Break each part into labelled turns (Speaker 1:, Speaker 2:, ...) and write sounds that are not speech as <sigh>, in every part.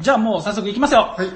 Speaker 1: じゃあもう早速いきますよ。
Speaker 2: はい。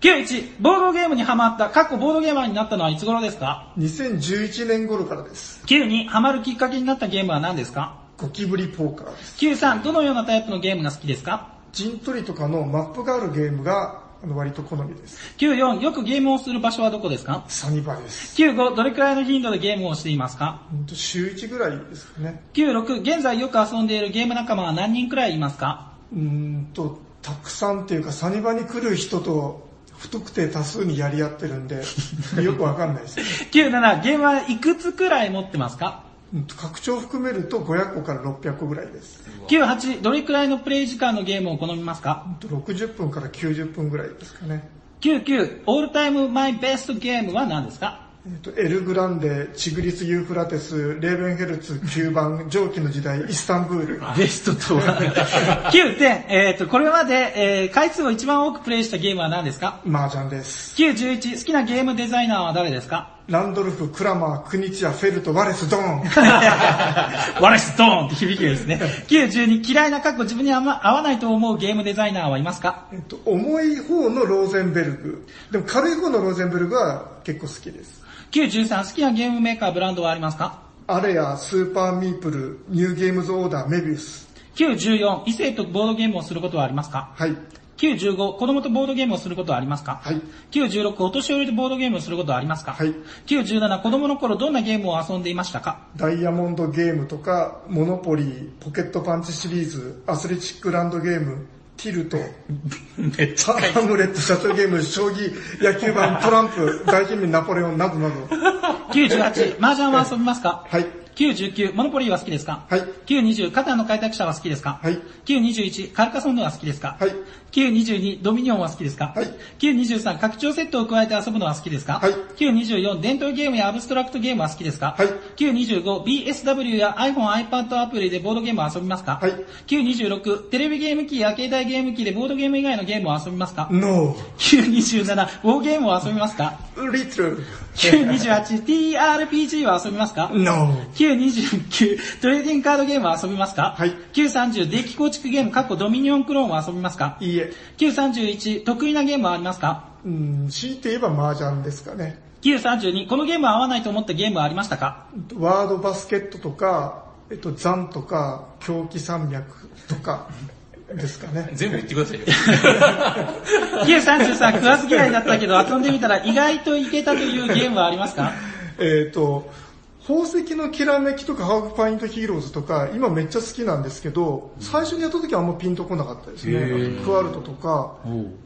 Speaker 1: 91、ボードゲームにハマった、かっこボードゲーマーになったのはいつ頃ですか
Speaker 2: 2011年頃からです。
Speaker 1: ?92、ハマるきっかけになったゲームは何ですか
Speaker 2: ゴキブリポーカーです。
Speaker 1: ?93、どのようなタイプのゲームが好きですか
Speaker 2: 陣取りとかのマップがあるゲームがあの割と好みです。
Speaker 1: ?94、よくゲームをする場所はどこですか
Speaker 2: サニバです。
Speaker 1: ?95、どれくらいの頻度でゲームをしていますか
Speaker 2: ほんと週1ぐらいですかね。
Speaker 1: ?96、現在よく遊んでいるゲーム仲間は何人くらいいますか
Speaker 2: うーんと、たくさんっていうかサニバに来る人と不特定多数にやり合ってるんで、よくわかんないですね。
Speaker 1: ?97、ゲームはいくつくらい持ってますか
Speaker 2: うんと拡張含めると500個から600個ぐらいです。
Speaker 1: ?98、どれくらいのプレイ時間のゲームを好みますか
Speaker 2: ほんと60分から90分ぐらいですかね。
Speaker 1: ?99、オールタイムマイベストゲームは何ですか
Speaker 2: えーとエル・グランデ、チグリス・ユーフラテス、レーベンヘルツ、9番、蒸気の時代、イスタンブール。
Speaker 1: ベストと <laughs> は ?9 点、えっ、と、これまで、えー回数を一番多くプレイしたゲームは何ですか
Speaker 2: 麻雀です。
Speaker 1: 9、11、好きなゲームデザイナーは誰です <laughs> か
Speaker 2: ランドルフ、クラマー、クニチア、フェルト、ワレス、ドーン。
Speaker 1: ワレスドーンって響きですね。9、12、嫌いな過去自分にあんま合わないと思うゲームデザイナーはいますか
Speaker 2: えっと、重い方のローゼンベルグ。でも軽い方のローゼンベルグは結構好きです。
Speaker 1: ?9、13、好きなゲームメーカー、ブランドはありますか
Speaker 2: アレア、スーパーミープル、ニューゲームズ・オーダー、メビウス。
Speaker 1: ?9、14、異性とボードゲームをすることはありますか
Speaker 2: はい。
Speaker 1: ?9、15、子供とボードゲームをすることはありますか
Speaker 2: はい。
Speaker 1: ?9、16、お年寄りとボードゲームをすることはありますか
Speaker 2: はい。
Speaker 1: ?9、17、子供の頃どんなゲームを遊んでいましたか
Speaker 2: ダイヤモンドゲームとか、モノポリー、ポケットパンチシリーズ、アスレチックランドゲーム、ティルト、
Speaker 1: めっち
Speaker 2: ハームレット、シャトルゲーム、将棋、野球盤、トランプ、大貧民、ナポレオンなどなど。
Speaker 1: 98、麻雀は遊びますか
Speaker 2: はい。
Speaker 1: ?99、モノポリーは好きですか
Speaker 2: はい。
Speaker 1: ?920、カタンの開拓者は好きですか
Speaker 2: はい。
Speaker 1: ?921、カルカソンヌは好きですか
Speaker 2: はい。
Speaker 1: ?922、ドミニオンは好きですか
Speaker 2: はい
Speaker 1: ?923、拡張セットを加えて遊ぶのは好きですか
Speaker 2: はい
Speaker 1: ?924、伝統ゲームやアブストラクトゲームは好きですか
Speaker 2: はい
Speaker 1: ?925、BSW や iPhone、iPad アプリでボードゲームを遊びますか
Speaker 2: はい
Speaker 1: ?926、テレビゲーム機や携帯ゲーム機でボードゲーム以外のゲームを遊びますか
Speaker 2: ノ
Speaker 1: ?927、ウォーゲームを遊びますか
Speaker 2: ー、リトル、
Speaker 1: 928TRPG は遊びますか
Speaker 2: ノー。
Speaker 1: 929トレーディングカードゲームは遊びますか
Speaker 2: はい
Speaker 1: 930デッキ構築ゲームかっこドミニオンクローンは遊びますか
Speaker 2: いいえ。
Speaker 1: 931得意なゲームはありますか
Speaker 2: うん、強いて言えば麻雀ですかね。
Speaker 1: 932このゲームは合わないと思ったゲームはありましたか
Speaker 2: ワードバスケットとか、えっと、ザンとか、狂気山脈とか、ですかね。
Speaker 3: 全部言ってくださいよ。
Speaker 1: 933食わず嫌いだったけど遊んでみたら意外といけたというゲームはありますか
Speaker 2: えっと、宝石のきらめきとか、ハーフパイントヒーローズとか、今めっちゃ好きなんですけど、最初にやった時はあんまピンとこなかったですね。あとクワルトとか、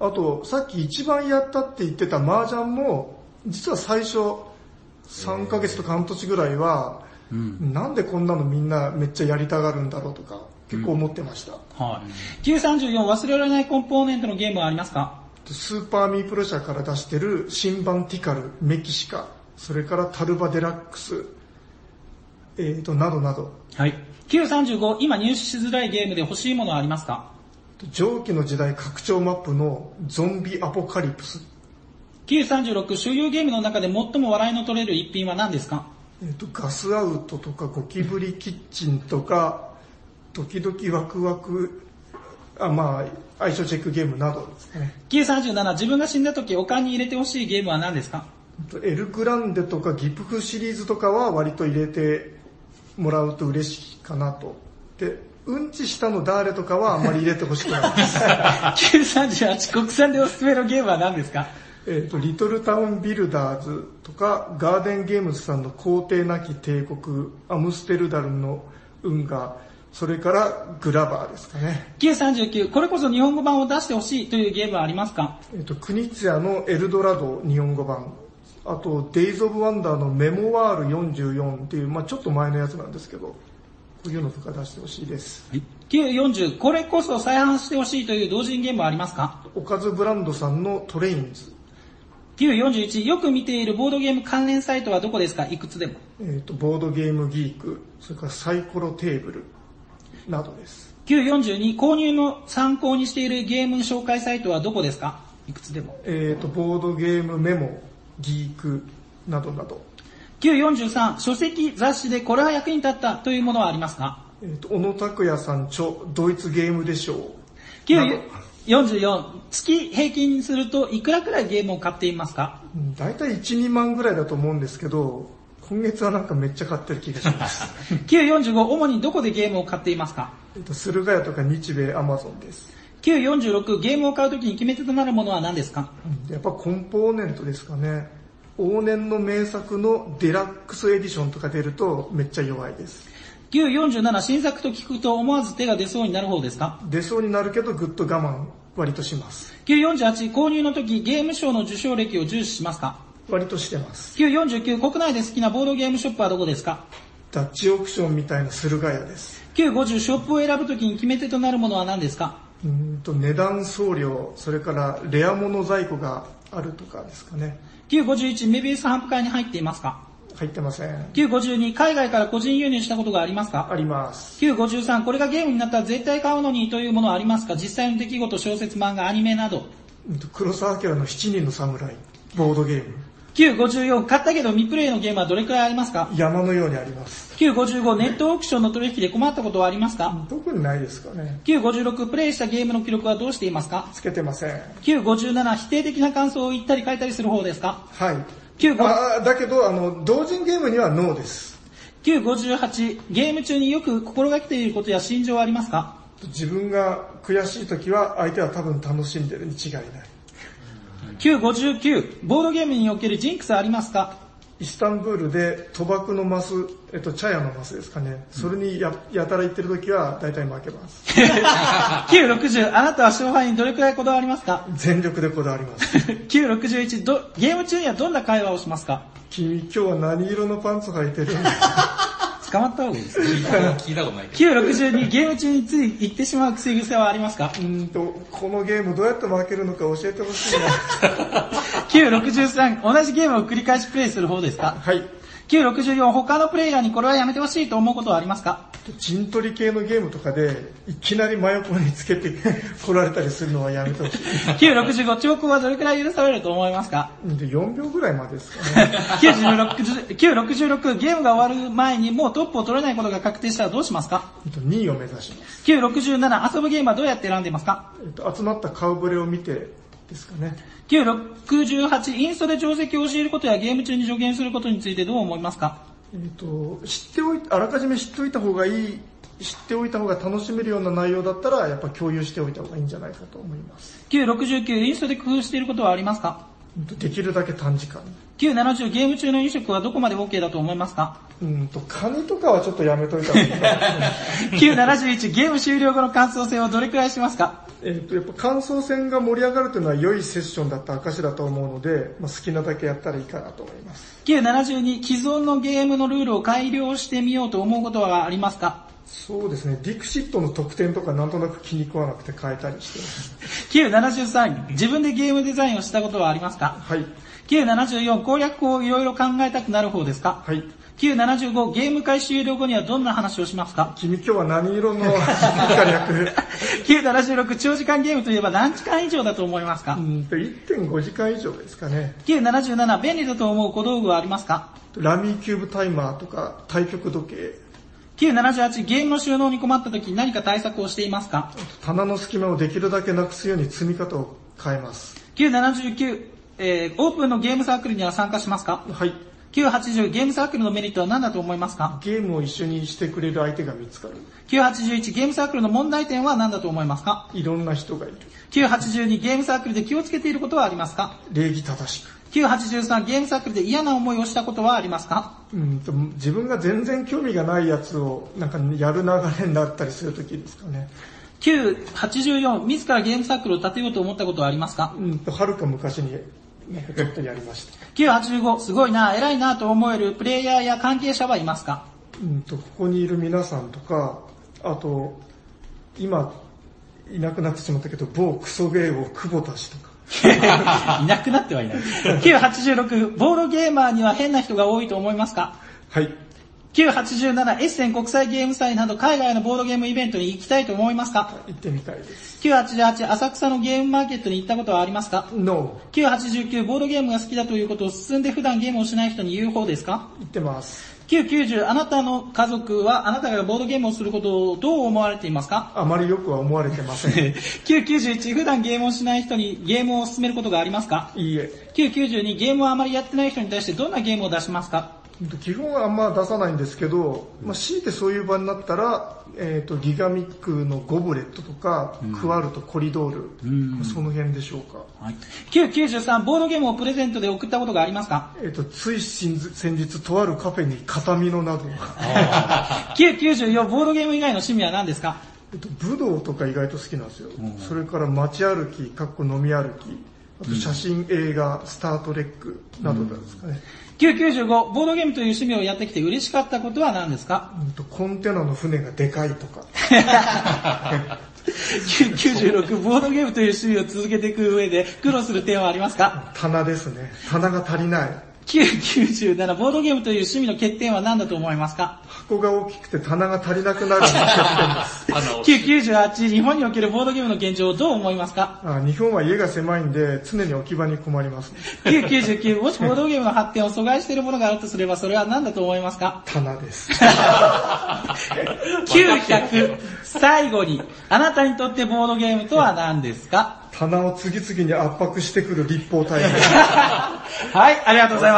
Speaker 2: あと、さっき一番やったって言ってた麻雀も、実は最初、3ヶ月とか半年ぐらいは、なんでこんなのみんなめっちゃやりたがるんだろうとか、結構思ってました。
Speaker 1: はい934忘れられないコンポーネントのゲームはありますか
Speaker 2: スーパーミープロ社から出してる新版ティカル、メキシカ、それからタルバデラックス、えーと、などなど、
Speaker 1: はい935今入手しづらいゲームで欲しいものはありますか
Speaker 2: 蒸気の時代拡張マップのゾンビアポカリプス、
Speaker 1: 936所有ゲームの中で最も笑いの取れる一品は何ですか
Speaker 2: えーと、ガスアウトとかゴキブリキッチンとか、時々ワクワク、あ、まあ、相性チェックゲームなどですね。
Speaker 1: 937自分が死んだ時お金に入れてほしいゲームは何ですか
Speaker 2: エルグランデとかギプフシリーズとかは割と入れてもらうと嬉しいかなと。で、うんちしたの誰とかはあんまり入れてほしくないです。
Speaker 1: 938国産でおすすめのゲームは何ですか
Speaker 2: えっと、リトルタウンビルダーズとか、ガーデンゲームズさんの皇帝なき帝国、アムステルダルの運河、それからグラバーですかね。
Speaker 1: 939これこそ日本語版を出してほしいというゲームはありますか
Speaker 2: えっと、クニツヤのエルドラド日本語版、あと、デイズ・オブ・ワンダーのメモワール44っていう、まあちょっと前のやつなんですけど、こういうのとか出してほしいです。
Speaker 1: 940これこそ再販してほしいという同人ゲームはありますか
Speaker 2: おかずブランドさんのトレインズ、
Speaker 1: 941よく見ているボードゲーム関連サイトはどこですかいくつでも
Speaker 2: えー、とボードゲームギーク、それからサイコロテーブルなどです。
Speaker 1: 942購入の参考にしているゲーム紹介サイトはどこですかいくつでも
Speaker 2: えー、とボードゲームメモ、ギークなどなど、
Speaker 1: 943、書籍、雑誌でこれは役に立ったというものはありますか
Speaker 2: えー、と小野拓也さん著ドイツゲームでしょうなど
Speaker 1: 9 44、月平均するといくらくらいゲームを買っていますか
Speaker 2: うん大体1、2万ぐらいだと思うんですけど、今月はなんかめっちゃ買ってる気がします。
Speaker 1: ?945、主にどこでゲームを買っていますか
Speaker 2: えっと、駿河屋とか日米アマゾンです。
Speaker 1: ?946、ゲームを買うときに決め手となるものは何ですか
Speaker 2: うんやっぱコンポーネントですかね。往年の名作のデラックスエディションとか出るとめっちゃ弱いです。
Speaker 1: ?947、新作と聞くと思わず手が出そうになる方ですか
Speaker 2: 出そうになるけどぐっと我慢割とします。
Speaker 1: ?948、購入のときゲーム賞の受賞歴を重視しますか
Speaker 2: 割としてます。
Speaker 1: ?949、国内で好きなボードゲームショップはどこですか
Speaker 2: ダッチオークションみたいな駿河屋です。
Speaker 1: ?950、ショップを選ぶときに決め手となるものは何ですか
Speaker 2: うーんと値段送料、それからレア物在庫があるとかですかね。
Speaker 1: ?951、メビウス頒布会に入っていますか
Speaker 2: 入ってません。
Speaker 1: ?952、海外から個人輸入したことがありますか
Speaker 2: あります。
Speaker 1: 953、これがゲームになったら絶対買うのにというものはありますか実際の出来事、小説、漫画、アニメなど。
Speaker 2: うんと黒澤明の7人の侍、ボードゲーム。
Speaker 1: 954、買ったけど未プレイのゲームはどれくらいありますか
Speaker 2: 山のようにあります。
Speaker 1: ?955、ネットオークションの取引で困ったことはありますか
Speaker 2: 特にないですかね。
Speaker 1: ?956、プレイしたゲームの記録はどうしていますか
Speaker 2: つけてません。
Speaker 1: ?957、否定的な感想を言ったり書いたりする方ですか
Speaker 2: はい。
Speaker 1: 9
Speaker 2: あーだけど、あの、同人ゲームにはノーです。
Speaker 1: ?958、ゲーム中によく心がけていることや心情はありますか
Speaker 2: 自分が悔しい時は相手は多分楽しんでるに違いない。
Speaker 1: ?959、ボードゲームにおけるジンクスはありますか <laughs>
Speaker 2: イスタンブールで賭博のマス、えっと、茶屋のマスですかね。それにややたら行ってる時は大体負けます。
Speaker 1: ?960、あなたは勝敗にどれくらいこだわりますか
Speaker 2: 全力でこだわります。 <laughs>
Speaker 1: 961ど、ゲーム中にはどんな会話をしますか
Speaker 2: 君今日は何色のパ <laughs> ンツ履いてる
Speaker 1: 捕まった方がいいです。
Speaker 3: 聞いたことないけど。
Speaker 1: 962、ゲーム中につい言ってしまう癖癖はありますか
Speaker 2: うーんと、このゲームどうやって負けるのか教えてほしいな。
Speaker 1: ?963、同じゲームを繰り返しプレイする方ですか
Speaker 2: <laughs> はい。
Speaker 1: ?964、他のプレイヤーにこれはやめてほしいと思うことはありますか
Speaker 2: 陣取り系のゲームとかで、いきなり真横につけて来られたりするのはやめてほしい。 <laughs>
Speaker 1: ?965、兆候はどれくらい許されると思いますか
Speaker 2: で、4秒ぐらいまでですか <laughs> ね。
Speaker 1: 96 ?966、ゲームが終わる前にもうトップを取れないことが確定したらどうしますか
Speaker 2: 2位を目指します。
Speaker 1: ?967、遊ぶゲームはどうやって選んでますか
Speaker 2: えっと、集まった顔ぶれを見てですかね。
Speaker 1: 968、インストで定石を教えることやゲーム中に助言することについてどう思いますか
Speaker 2: えっと、知っておいあらかじめ知っておいた方がいい、知っておいた方が楽しめるような内容だったら、やっぱ共有しておいた方がいいんじゃないかと思います。
Speaker 1: ?969、インストで工夫していることはありますか
Speaker 2: うんとできるだけ短時間に。
Speaker 1: ?970、ゲーム中の飲食はどこまで OK だと思いますか
Speaker 2: うんと、カニとかはちょっとやめといた方がいいかな。 <laughs>
Speaker 1: ?971、ゲーム終了後の感想戦をどれくらいしますか
Speaker 2: えっと、やっぱ感想戦が盛り上がるというのは良いセッションだった証だと思うので、まあ、好きなだけやったらいいかなと思います。
Speaker 1: ?972、既存のゲームのルールを改良してみようと思うことはありますか
Speaker 2: そうですね、ディクシットの得点とかなんとなく気に食わなくて変えたりしてます。
Speaker 1: ?973、自分でゲームデザインをしたことはありますか
Speaker 2: はい、
Speaker 1: ?974、攻略法をいろいろ考えたくなる方ですか
Speaker 2: はい。
Speaker 1: ?975、ゲーム会終了後にはどんな話をしますか <laughs>
Speaker 2: 君今日は何色の <laughs> 火
Speaker 1: 976長時間ゲームといえば何時間以上だと思いますか
Speaker 2: 略うんと、1.5時間以上ですかね。
Speaker 1: ?977 便利だと思う小道具はありますか
Speaker 2: ラミーキューブタイマーとか、対局時計、
Speaker 1: ?978 ゲームの収納に困った時何か対策をしていますか
Speaker 2: 棚の隙間をできるだけなくすように積み方を変えます。
Speaker 1: ?979、えー、オープンのゲームサークルには参加しますか
Speaker 2: はい。
Speaker 1: ?980 ゲームサークルのメリットは何だと思いますか
Speaker 2: ゲームを一緒にしてくれる相手が見つかる。
Speaker 1: ?981 ゲームサークルの問題点は何だと思いますか
Speaker 2: いろんな人がいる。
Speaker 1: ?982 ゲームサークルで気をつけていることはありますか
Speaker 2: 礼儀正しく。
Speaker 1: ?983 ゲームサークルで嫌な思いをしたことはありますか
Speaker 2: うんと自分が全然興味がないやつをなんかやる流れになったりするときですかね。
Speaker 1: ?984 自らゲームサークルを立てようと思ったことはありますか
Speaker 2: うんと、はるか昔になんかちょっとやりました。
Speaker 1: 985すごいな、偉いなと思えるプレイヤーや関係者はいますか
Speaker 2: うんと、ここにいる皆さんとか、あと、今、いなくなってしまったけど、某クソゲーを久保田氏とか。
Speaker 1: いなくなってはいない。986、ボードゲーマーには変な人が多いと思いますか
Speaker 2: はい。
Speaker 1: ?987、エッセン国際ゲーム祭など海外のボードゲームイベントに行きたいと思いますか
Speaker 2: 行ってみたいです。
Speaker 1: ?988、浅草のゲームマーケットに行ったことはありますか
Speaker 2: NO。
Speaker 1: ?989、ボードゲームが好きだということを進んで普段ゲームをしない人に言う方ですか
Speaker 2: 行ってます。
Speaker 1: 990、あなたの家族はあなたがボードゲームをすることをどう思われていますか <laughs>
Speaker 2: あまりよくは思われてません。い
Speaker 1: ?991、普段ゲームをしない人にゲームを勧めることがありますか
Speaker 2: いえ。
Speaker 1: ?992、ゲームをあまりやってない人に対してどんなゲームを出しますか
Speaker 2: 基本はあんま出さないんですけど、まあ、強いてそういう場になったら、えっ、と、ギガミックのゴブレットとか、クワルト、コリドール、
Speaker 1: ん
Speaker 2: その辺でしょうか。
Speaker 1: はい、993、ボードゲームをプレゼントで送ったことがあります
Speaker 2: <laughs>
Speaker 1: か
Speaker 2: えっ、と、つい先日、先日とあるカフェに片身のなど、
Speaker 1: ?994、ボードゲーム以外の趣味は何ですか
Speaker 2: えっと、武道とか意外と好きなんですよ。それから街歩き、かっこ飲み歩き、あと写真、映画、スタートレックなどですかね。
Speaker 1: ?995、ボードゲームという趣味をやってきて嬉しかったことは何ですか
Speaker 2: うんとコンテナの船がでかいとか。
Speaker 1: ?996、ボードゲームという趣味を続けていく上で苦労する点はありますか
Speaker 2: 棚ですね。棚が足りない。
Speaker 1: 997ボードゲームという趣味の欠点は何だと思いますか
Speaker 2: 箱が大きくて棚が足りなくなるのが欠点です
Speaker 3: あの、
Speaker 1: ?998 日本におけるボードゲームの現状をどう思いますか
Speaker 2: あ日本は家が狭いんで常に置き場に困りますね。
Speaker 1: ?999 もしボードゲームの発展を阻害しているものがあるとすればそれは何だと思いますか
Speaker 2: 棚です。
Speaker 1: ?900 最後にあなたにとってボードゲームとは何ですか
Speaker 2: 棚を次々に圧迫してくる立方体です。
Speaker 1: はい、ありがとうございます。